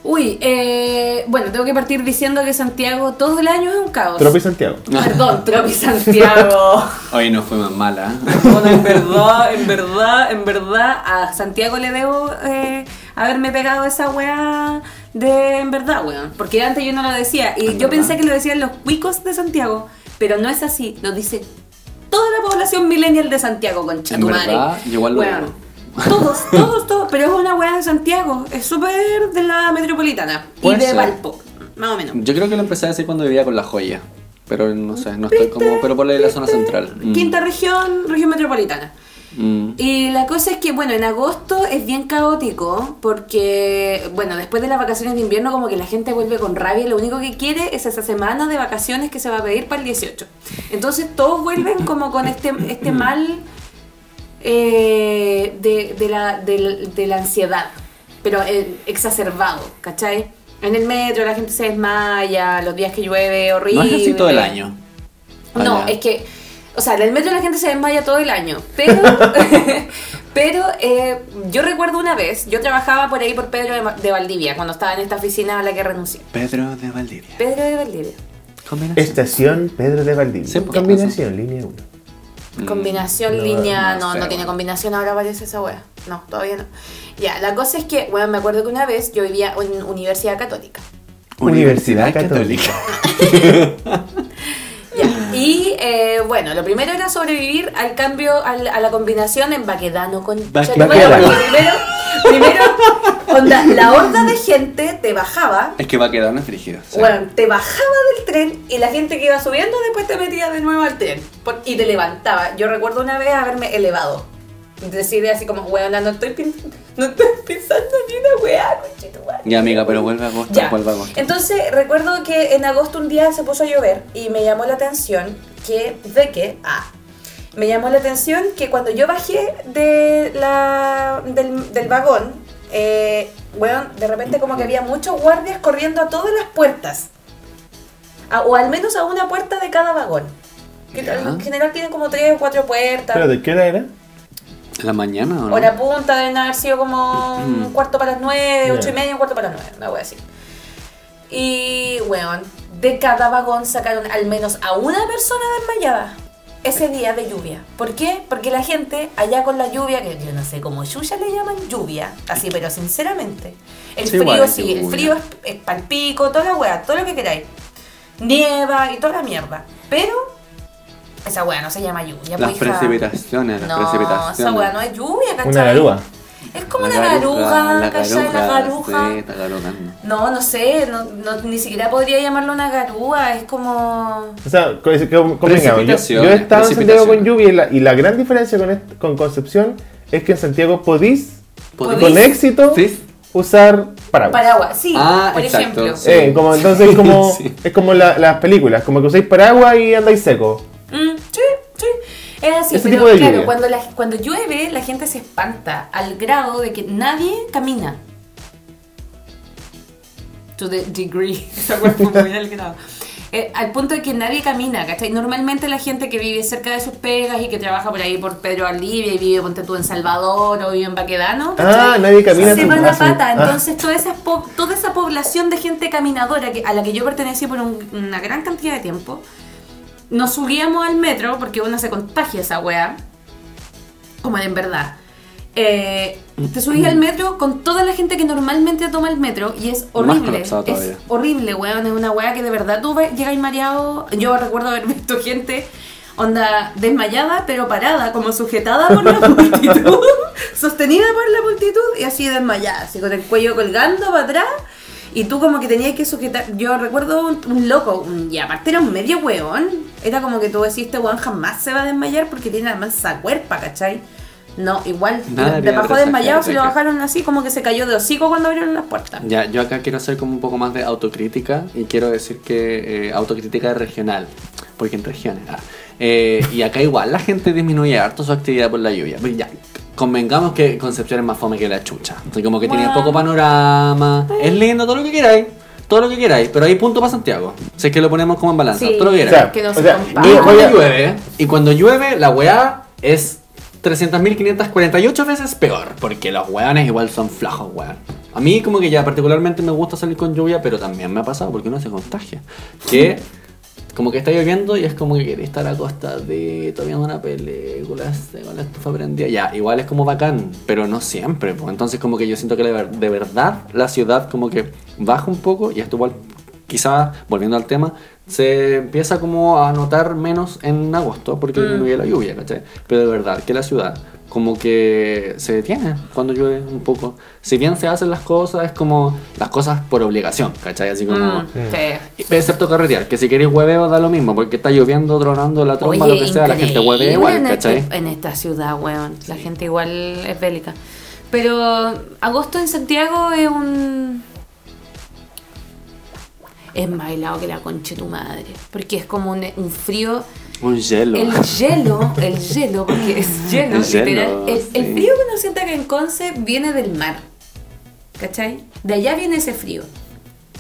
Uy, eh, bueno, tengo que partir diciendo que Santiago todo el año es un caos. Tropi Santiago. Perdón, Tropi [LAUGHS] Santiago. Hoy no fue más mala. Bueno, en verdad, en verdad, en verdad, a Santiago le debo eh, haberme pegado esa weá de en verdad, weón. Porque antes yo no lo decía. Y En yo verdad. pensé que lo decían los cuicos de Santiago, pero no es así. Lo dice toda la población millennial de Santiago, con En verdad, yo igual lo Weón. digo. [LAUGHS] Todos, todos, todos, pero es una weá de Santiago, es súper de la metropolitana y Puede de ser. Valpo, más o menos. [LAUGHS] Yo creo que lo empecé a decir cuando vivía con la joya. Pero no sé, no estoy como. Pero por la, la zona central. Mm, Quinta región, región metropolitana. mm. Y la cosa es que, bueno, en agosto es bien caótico porque, bueno, después de las vacaciones de invierno como que la gente vuelve con rabia y lo único que quiere es esa semana de vacaciones que se va a pedir para el 18. Entonces todos [LAUGHS] vuelven como con este, este mal eh, de, de la, de- de la ansiedad, pero eh, exacerbado, ¿cachai? En el metro la gente se desmaya, los días que llueve horrible. No es así todo el año. No, Allá. es que, o sea, en el metro la gente se desmaya todo el año, pero, [LAUGHS] pero eh, yo recuerdo una vez, yo trabajaba por ahí por Pedro de, Ma- de Valdivia, cuando estaba en esta oficina a la que renuncié. Pedro de Valdivia. Pedro de Valdivia, Combinación. Estación Pedro de Valdivia. Sí, pues, Combinación, línea 1. Mm, combinación, no, línea, no, no no, sé, tiene bueno. combinación ahora parece esa wea, no, todavía no. Ya, la cosa es que, bueno, me acuerdo que una vez yo vivía en Universidad Católica. Universidad Católica. Ya, Y eh, bueno, lo primero era sobrevivir al cambio, al- a la combinación en Baquedano con Ba- Chaco. Bueno, Baquedano. porque primero, primero onda, la horda de gente te bajaba, Es que va a quedar una frigida. sí. bueno, te bajaba del tren y la gente que iba subiendo después te metía de nuevo al tren por- y te levantaba. Yo recuerdo una vez haberme elevado. Decir así como, weona, no estoy, pin- no estoy [LAUGHS] pensando ni una weá, conchetumare". Ya, amiga, pero vuelve a agosto. Ya. Vuelve a agosto. Entonces, recuerdo que en agosto un día se puso a llover y me llamó la atención que, de que, ah, me llamó la atención que cuando yo bajé de la, del, del vagón, eh, bueno, de repente como que había muchos guardias corriendo a todas las puertas. a- o al menos a una puerta de cada vagón. Que Ya. en general tienen como tres o cuatro puertas. Espérate, ¿qué hora era? ¿En la mañana o no? Hora punta deben haber sido como un Mm. cuarto para las nueve, Ya. ocho y media, un cuarto para las nueve, una wea así. Y, weón, de cada vagón sacaron al menos a una persona desmayada ese día de lluvia. ¿Por qué? Porque la gente allá con la lluvia, que yo no sé cómo Yuya le llaman lluvia, así, pero sinceramente. El Sí, frío igual es sí, el lluvia. frío es, es palpico, toda la wea, todo lo que queráis. Nieva y toda la mierda. Pero esa wea no se llama lluvia. Las pues, hija. precipitaciones, las No, precipitaciones. esa weá no es lluvia, ¿cachai? Una garúa. Es como una garuga, la ¿cachai? La garuja. sí, está garugando. No, no sé, no, no- ni siquiera podría llamarlo una garúa, es como... O sea, co- es que com- convengamos, yo, yo he Precipitaciones, estado en Santiago con precipitaciones. lluvia y la, y la gran diferencia con, est- con Concepción es que en Santiago podís, Podís. con éxito, Sí. usar paraguas. Paraguas, sí, Ah, por exacto. ejemplo. Sí. Eh, como, entonces es como, [LAUGHS] Sí. es como la- las películas, como que usáis paraguas y andáis seco. [LAUGHS] Mm, sí, sí. Es así, Ese pero tipo de claro, lluvia. cuando, la- cuando llueve la gente se espanta al grado de que nadie camina. To the [LAUGHS] degree. Esa weá fue muy al grado. Eh, al punto de que nadie camina, ¿cachai? Normalmente la gente que vive cerca de sus pegas y que trabaja por ahí por Pedro Aldivia y vive, ponte tú, en Salvador o vive en Baquedano, Ah, nadie camina. se en su- van a ah, su- pata. ah. Entonces, toda esa, po- toda esa población de gente caminadora que, a la que yo pertenecí por un- una gran cantidad de tiempo, nos subíamos al metro porque uno se contagia esa weá. Como en verdad. Eh, te subís al metro con toda la gente que normalmente toma el metro y es horrible. colapsado Es todavía. horrible, weón. Es una weá que de verdad tú ve- llegas mareado. Yo recuerdo haber [LAUGHS] visto gente. Onda desmayada, pero parada, como sujetada por [LAUGHS] la multitud, sostenida por la multitud y así desmayada, así con el cuello colgando para atrás. Y tú como que tenías que sujetar. Yo recuerdo un, un loco, un- y aparte era un medio weón. Era como que tú decís, este weón jamás se va a desmayar porque tiene la mansa cuerpa, ¿cachai? No, igual, Nada, de era bajó otra desmayado, saca, se lo saca. bajaron así como que se cayó de hocico cuando abrieron las puertas. Ya, yo acá quiero hacer como un poco más de autocrítica y quiero decir que eh, autocrítica regional, porque en regiones. ah. Eh, y acá igual la gente disminuye harto su actividad por la lluvia. Pero ya, convengamos que Concepción es más fome que la chucha. Así como que tiene Guau. poco panorama. Es lindo, todo lo que queráis. Todo lo que queráis, pero hay punto para Santiago. Si es que lo ponemos como en balanza. Sí. Todo lo que O queráis. sea, Que no o se sea, compara. Y voy- voy cuando a- llueve, y cuando llueve, la weá es 300.548 veces peor, porque los weones igual son flajos, weón. A mí como que ya particularmente me gusta salir con lluvia, pero también me ha pasado porque uno se contagia. Que como que está lloviendo y es como que quería estar acostadito viendo una película, así, con la estufa prendida. Ya, igual es como bacán, pero no siempre. Pues. Entonces como que yo siento que la ver- de verdad la ciudad como que baja un poco y esto igual quizá, volviendo al tema, se empieza como a notar menos en agosto porque disminuye la lluvia, ¿cachai? Pero de verdad que la ciudad como que se detiene cuando llueve un poco. Si bien se hacen las cosas, es como las cosas por obligación, ¿cachai? Así como... Mm, sí. Excepto carretear, que si queréis hueveo da lo mismo, porque está lloviendo, tronando la tromba, lo que sea, la gente increíble huevea igual, en, este- ¿cachai? en esta ciudad, weón. La gente igual es bélica. Pero agosto en Santiago es un. Es más helado que la concha de tu madre. Porque es como un, un frío. Un hielo. El hielo, el hielo, porque [LAUGHS] es hielo, El literal. hielo, El, el sí. frío que uno siente acá en Conce viene del mar. ¿Cachai? De allá viene ese frío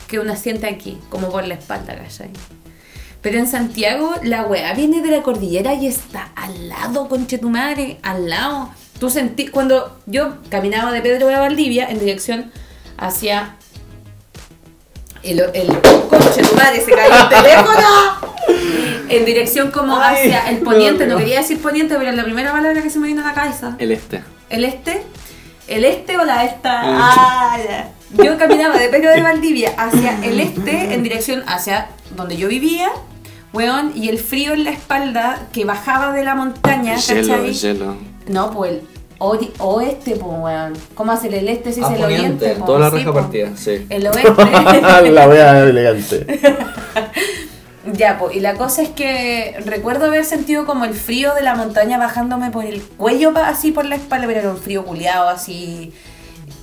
que uno siente aquí, como por la espalda, ¿cachai? Pero en Santiago la weá viene de la cordillera y está al lado, conche tu madre, al lado. Tú sentí, cuando yo caminaba de Pedro a Valdivia en dirección hacia el, el conche tu madre, se cayó el teléfono. [LAUGHS] En dirección como Ay, hacia el no, poniente, no no. quería decir poniente, pero es la primera palabra que se me vino a la cabeza. El este. ¿El este? ¿El este o la esta? Ah, ya. Yo caminaba de Pedro de Valdivia hacia el este en dirección hacia donde yo vivía, weón, y el frío en la espalda que bajaba de la montaña, hielo, ¿cachai? hielo. No, pues el ori- oeste, pues, weón. ¿Cómo hace el este si es el oriente? po? Ah, toda la Sí, reja po. partida, sí. El oeste. la wea elegante. Ya, pues, y la cosa es que recuerdo haber sentido como el frío de la montaña bajándome por el cuello, pa- así por la espalda, pero era un frío culeado, así.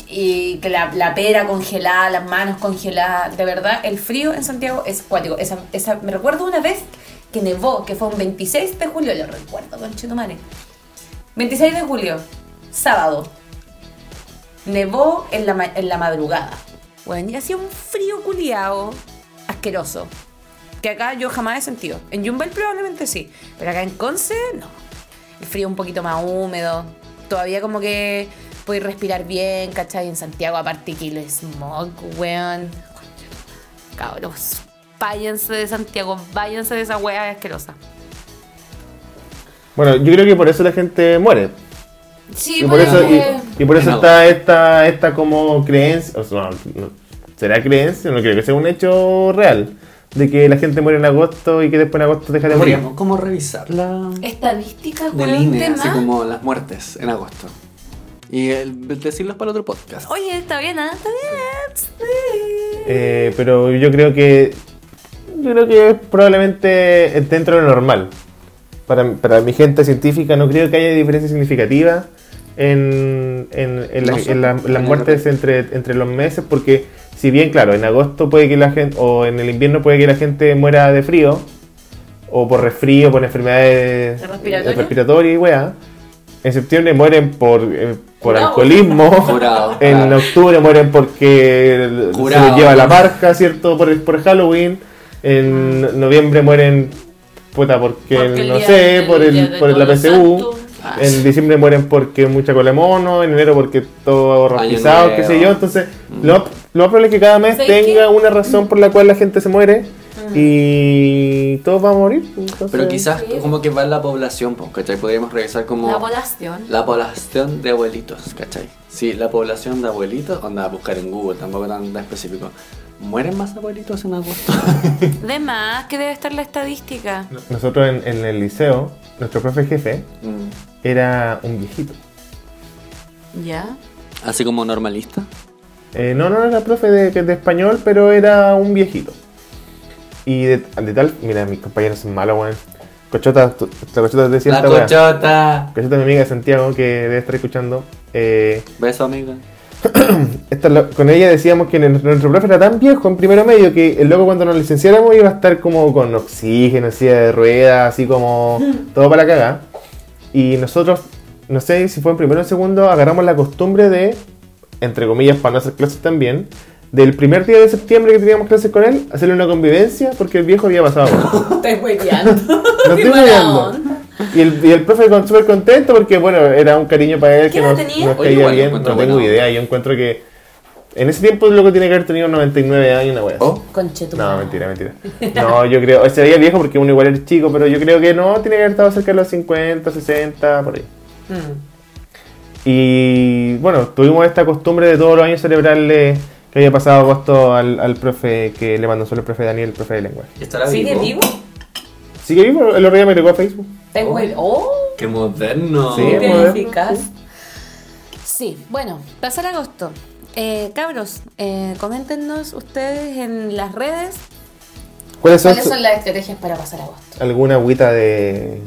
Y que la, la pera congelada, las manos congeladas. De verdad, el frío en Santiago es cuático. Esa, esa- me recuerdo una vez que nevó, que fue un 26 de julio, lo recuerdo, conchetumare. 26 de julio, sábado. Nevó en la, ma- en la madrugada. Bueno, y hacía un frío culiao asqueroso. que acá yo jamás he sentido. En Jumbel probablemente sí, pero acá en Conce no. El frío un poquito más húmedo, todavía como que podéis respirar bien, ¿cachai? En Santiago aparte que el smog, weón. Cabros, váyanse de Santiago, váyanse de esa wea asquerosa. Bueno, yo creo que por eso la gente muere. Sí, Y por eso, y, y por eso No. está esta, esta como creencia, o sea, no, no, será creencia, no creo que sea un hecho real, de que la gente muere en agosto y que después en agosto deja de morir. Podríamos como revisar la Estadísticas, del weón, INE, así tema. como las muertes en agosto. Y el, decirlos para otro podcast. Oye, está bien, ah? está bien. Sí. Eh, pero yo creo que yo creo que es probablemente dentro de lo normal. Para, para mi gente científica no creo que haya diferencia significativa en, en- en la- No sé. en la- las muertes entre, entre los meses, porque si bien, claro, en agosto puede que la gente, o en el invierno puede que la gente muera de frío, o por resfrío, por enfermedades ¿Respiratorias? respiratorias y weá. En septiembre mueren por, eh, por No. alcoholismo. [LAUGHS] [LAUGHS] Jurado. En octubre mueren porque el- Jurado. se los lleva la marca, ¿cierto? Por, por Halloween. En noviembre mueren, puta, porque, Porque el no día sé, del- por, día el, de por el- la Todos PSU. Santos. Ah. En diciembre mueren porque mucha cola de mono. En enero porque todo rostizado, qué sé yo. nuevo. Entonces, lo, lo más probable es que cada mes ¿Sabes tenga qué? Ah. una razón por la cual la gente se muere. Y todos van a morir. pues, entonces- Pero quizás Sí. como que va la población, pues, ¿cachai? Podríamos revisar como La población. [LAUGHS] la población de abuelitos, ¿cachai? Sí, la población de abuelitos, onda a buscar en Google, tampoco tan, tan específico. ¿Mueren más abuelitos en agosto? De más, que debe estar la estadística. Nosotros en, en el liceo, nuestro profe jefe Mm. era un viejito. ¿Ya? Así como normalista. Eh, no, no era profe de, de español, pero era un viejito. Y de, de tal, mira, mis compañeros son malos, weón. Cochota, tú- la cochota te decía La esta weá. cochota. Cochota, mi amiga de Santiago, que debe estar escuchando. eh, Beso, amiga. esta lo- con ella decíamos que nuestro, nuestro profe era tan viejo en primero medio que el loco cuando nos licenciáramos iba a estar como con oxígeno, silla de ruedas, así como todo para cagar. Y nosotros, no sé si fue en primero o en segundo, agarramos la costumbre de, entre comillas, para no hacer clases también, del primer día de septiembre que teníamos clases con él, hacerle una convivencia porque el viejo había pasado. Estoy hueveando. No Qué estoy mala hueveando. onda. Y el, y el profe con- súper contento porque, bueno, era un cariño para él ¿Qué que edad nos, tenía? nos Oye, caía igual, bien. No encuentro tengo buena onda. idea. Yo encuentro que en ese tiempo el loco tiene que haber tenido 99 años, una wea. así. Oh, No, mentira, mentira. No, yo creo. Se veía viejo porque uno igual era chico, pero yo creo que no, tiene que haber estado cerca de los 50, 60, por ahí. Mm. Y bueno, tuvimos esta costumbre de todos los años celebrarle que había pasado agosto al, al profe que le mandó solo el profe Daniel, el profe de lenguaje. estará ¿Sigue vivo? vivo? Sí que vivo, el otro día me llegó a Facebook. Estoy hueve- ¡Oh! Qué moderno. Sí, Qué moderno. eficaz. Sí, bueno, pasar agosto. Eh, cabros, eh, coméntenos ustedes en las redes ¿Cuáles son, cuáles son las estrategias para pasar agosto. alguna agüita de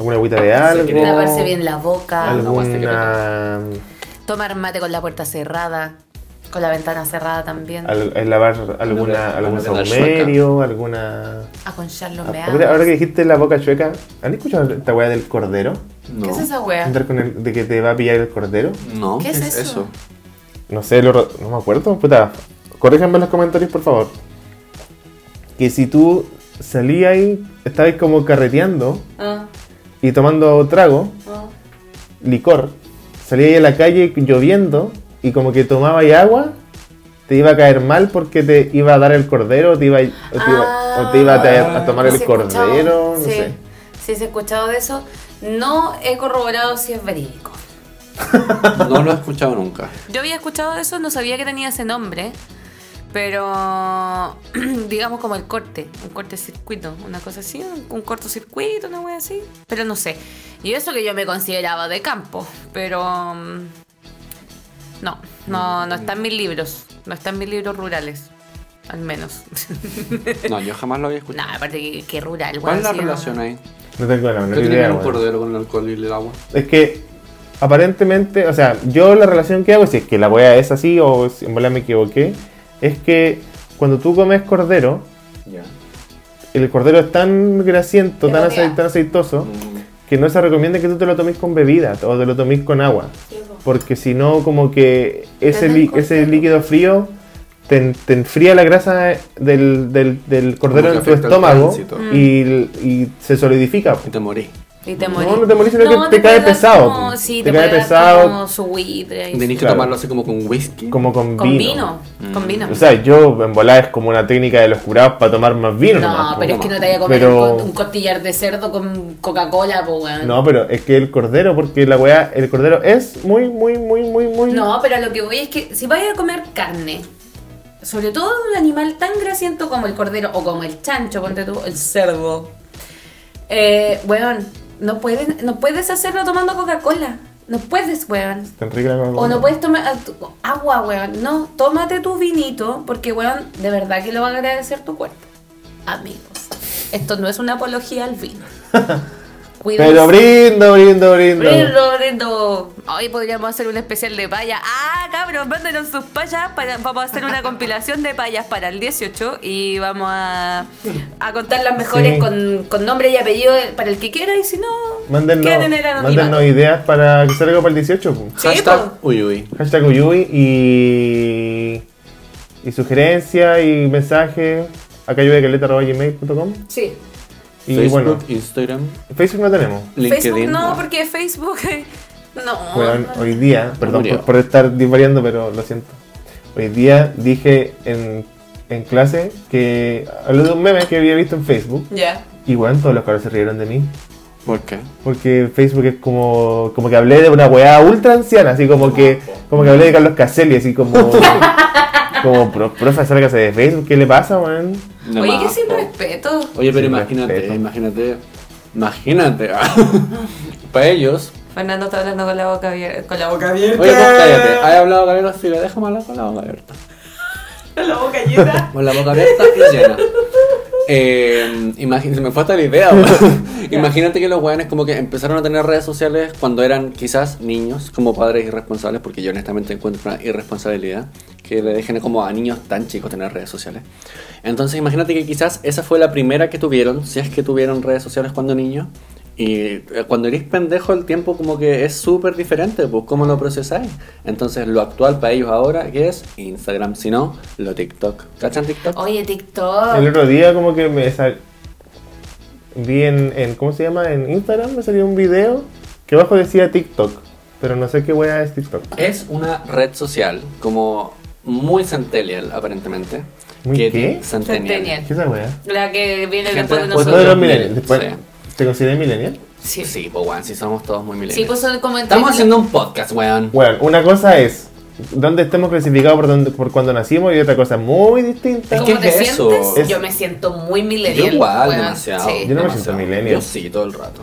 alguna agüita de algo Secreta. Lavarse bien la boca, Algo. agua alguna tomar mate con la puerta cerrada, con la ventana cerrada también, al- el lavar alguna Una- algún una vela saumerio alguna aconchar los meados. ahora, Ah, ahora que dijiste la boca chueca ¿han escuchado esta weá del cordero? No. ¿Qué es esa wea? Entrar con el- de que te va a pillar el cordero No. ¿Qué es eso? no sé lo, no me acuerdo puta corríjanme en los comentarios por favor que si tú salías ahí estabas como carreteando Ah, y tomando trago ah. licor, salía ahí a la calle lloviendo y como que tomaba ahí agua, te iba a caer mal porque te iba a dar el cordero, te iba, a- o te, iba, o te Ah. iba a, traer- a tomar Sí, el he escuchado. cordero, no sí. sé. Sí, se ha escuchado de eso. No he corroborado si es verídico. No lo he escuchado nunca. Yo había escuchado de eso, no sabía que tenía ese nombre, pero [CLEARS THROAT] digamos como el corte, un cortecircuito, una cosa así, un- un cortocircuito, una wea así, pero no sé. Y eso que yo me consideraba de campo, pero mm, no, no, no están mis libros, no están mis libros rurales, al menos. [LAUGHS] No, yo jamás lo había escuchado. Nada, aparte que, que rural. ¿Cuál es la weón, sí, no. relación ahí? No tengo la menor ¿Qué tiene que idea. ver un weón. cordero con el alcohol y el agua? Es que aparentemente, o sea, yo la relación que hago, si es que la wea es así o si en bola me equivoqué, es que cuando tú comes cordero, Ya. el cordero es tan grasiento, Te tan, rodea. acei- tan aceitoso, Mm. que no se recomienda que tú te lo tomes con bebida o te lo tomes con agua. Porque si no, como que ese, Pero li- es con ese hielo. líquido frío te, en- te enfría la grasa del, del- del cordero que en tu afecta el estómago tránsito. Mm. y, y se solidifica. Y te morí. Y te morís. No, no te morís, sino que te cae puede dar pesado. pues. como- sí, te, te, cae puede dar pesado Como su buitre. Tenéis que Claro. tomarlo así como con whisky. como con, Con vino. Mm. vino. Con vino. O sea, yo en volar es como una técnica de los curados para tomar más vino. nomás, no, pero es po. que no te vaya a comer Pero- un co- un costillar de cerdo con Coca-Cola, po, weón. No, pero es que el cordero, porque la weá, el cordero es muy, muy, muy, muy, muy. No, pero a lo que voy es que si vayas a comer carne, sobre todo de un animal tan grasiento como el cordero o como el chancho, ponte tú, el cerdo, eh, weón, no puedes, no puedes hacerlo tomando Coca-Cola. No puedes, weón. Tan rica la O Coca-Cola. no puedes tomar ah, tu- agua, weón. No, tómate tu vinito, porque, weón, de verdad que lo va a agradecer tu cuerpo. Amigos, esto no es una apología al [LAUGHS] vino. Cuídense. Pero brindo, brindo, brindo. Rindo, rindo. Hoy podríamos hacer un especial de payas. Ah, cabros, mándenos sus payas. Para, vamos a hacer [LAUGHS] una compilación de payas para el 18 y vamos a, a contar las mejores Sí. con, con nombre y apellido para el que quiera y si no, queden en el Mándennos, mándennos anonimato. ideas para que salga para el 18. po. Sí, pues. Hashtag uy uy. Hashtag Uyuy y. Y sugerencias y mensajes. Acá yo de caleta.gmail.com. Sí. Y Facebook, bueno, Instagram, Facebook no tenemos. LinkedIn. Facebook no, ah. porque Facebook... [LAUGHS] eh, No. Weón, hoy día, perdón murió. por, por estar divariando, pero lo siento. Hoy día dije en, en clase que hablé de un meme que había visto en Facebook. Ya. Y bueno, todos los cabros se rieron de mí. ¿Por qué? Porque Facebook es como, como que hablé de una weá ultra anciana, así como que, como que hablé de Carlos Caselli, así [LAUGHS] como. como, "Pro- profe, sálgase de Facebook, ¿qué le pasa, weón? No Oye, más, que sin po. respeto. Oye, pero Sin imagínate, respeto. imagínate, imagínate. [LAUGHS] Para ellos. Fernando está hablando con la boca abierta. Con la boca Oye, abierta. vos cállate. Has hablado con la fila, déjame hablar con la boca abierta. [LAUGHS] Con la boca llena. Con la boca abierta y llena. Eh, imagi- se me fue hasta la idea. weón. Imagínate que los weones como que empezaron a tener redes sociales cuando eran quizás niños, como padres irresponsables, porque yo honestamente encuentro una irresponsabilidad que le dejen como a niños tan chicos tener redes sociales. Entonces imagínate que quizás esa fue la primera que tuvieron, si es que tuvieron redes sociales cuando niños. Y eh, cuando eres pendejo el tiempo como que es súper diferente, pues cómo lo procesáis. Entonces lo actual para ellos ahora que es Instagram, si no, lo TikTok. ¿Cachan TikTok? Oye, TikTok. El otro día, como que me sal... vi en, en- ¿Cómo se llama? En Instagram me salió un video que abajo decía TikTok. Pero no sé qué weá es TikTok. Es una red social como muy centennial aparentemente. ¿Muy qué? Centennial. Centennial. ¿Qué es esa weá? La que viene Gente después de Pues después Nosotros no nosotros. de los millennials. después- sí. ¿Te consideras millennial? Sí. Sí, sí, pues weón, sí somos todos muy millennials. Sí, pues son como entre- Estamos haciendo un podcast, weón. Bueno, una cosa es dónde estemos clasificados por, donde- por cuando nacimos y otra cosa muy distinta. Es ¿Cómo que te es eso. sientes? Es- Yo me siento muy Yo millennial. igual, weón. demasiado. Sí. Yo no me demasiado. siento millennial. Yo sí, todo el rato.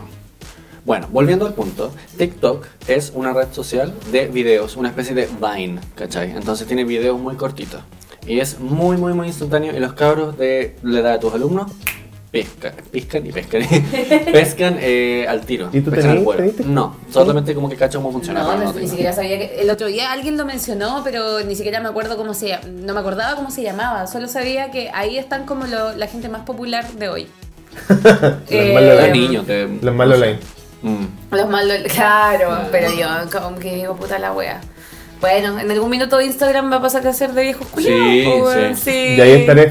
Bueno, volviendo al punto, TikTok es una red social de videos, una especie de Vine, ¿cachai? Entonces tiene videos muy cortitos. Y es muy, muy, muy instantáneo. Y los cabros de la edad de tus alumnos pescan, piscan y pescan. [LAUGHS] pescan eh, al tiro. ¿Y tú pescan al tenías- vuelo. tenías- No, solamente como que cacho cómo funciona. No, pero no, no ni tengo. siquiera sabía que. El otro día alguien lo mencionó, pero ni siquiera me acuerdo cómo se. No me acordaba cómo se llamaba. Solo sabía que ahí están como lo- la gente más popular de hoy. Eh, malos Era Em, niño, te- Los malos online. Mm. Los malos. [LAUGHS] Claro, pero yo como que digo, puta la wea. Bueno, en algún minuto Instagram va a pasar a ser de viejos culiados. Sí, po, weón, sí. sí. Y ahí estaré.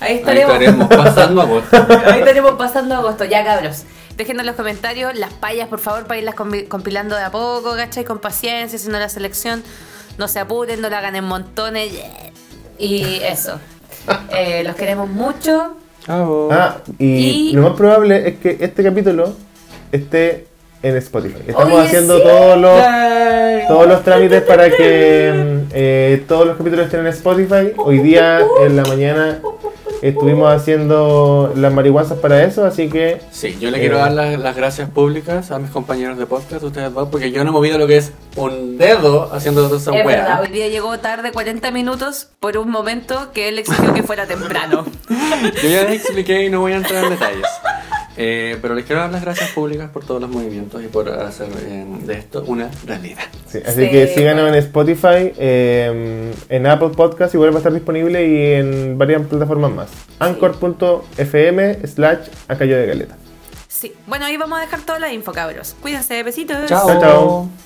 Ahí Ahí estaremos. estaremos pasando agosto. [LAUGHS] Ahí tenemos pasando agosto, ya cabros. Dejen en los comentarios las payas, por favor, para irlas compi- compilando de a poco, ¿cachai? Con paciencia, si no la selección, no se apuren, no la hagan en montones. Y [LAUGHS] eso. Eh, los queremos mucho. Chao. [LAUGHS] Ah, y, Y- lo más probable es que este capítulo esté en Spotify. Estamos Oye, haciendo sí. todos los todos [LAUGHS] los trámites para que mm, eh, todos los capítulos estén en Spotify. Hoy día en la mañana estuvimos haciendo las marihuanzas para eso, así que Sí, yo le quiero Eh. dar las, las gracias públicas a mis compañeros de podcast, ustedes dos, porque yo no he movido lo que es un dedo haciendo toda esa Es verdad, weá. hoy día llegó tarde 40 minutos por un momento que él exigió que fuera [LAUGHS] temprano. Yo ya les expliqué y no voy a entrar en detalles. Eh, pero les quiero dar las gracias públicas por todos los movimientos y por hacer eh, de esto una realidad. Sí, así que Sí. síganos en Spotify, eh, en Apple Podcast, igual va a estar disponible y en varias plataformas más. Anchor.fm slash Acayo de Galeta. Sí. Bueno, ahí vamos a dejar toda la info, cabros. Cuídense, besitos. Chao, chao.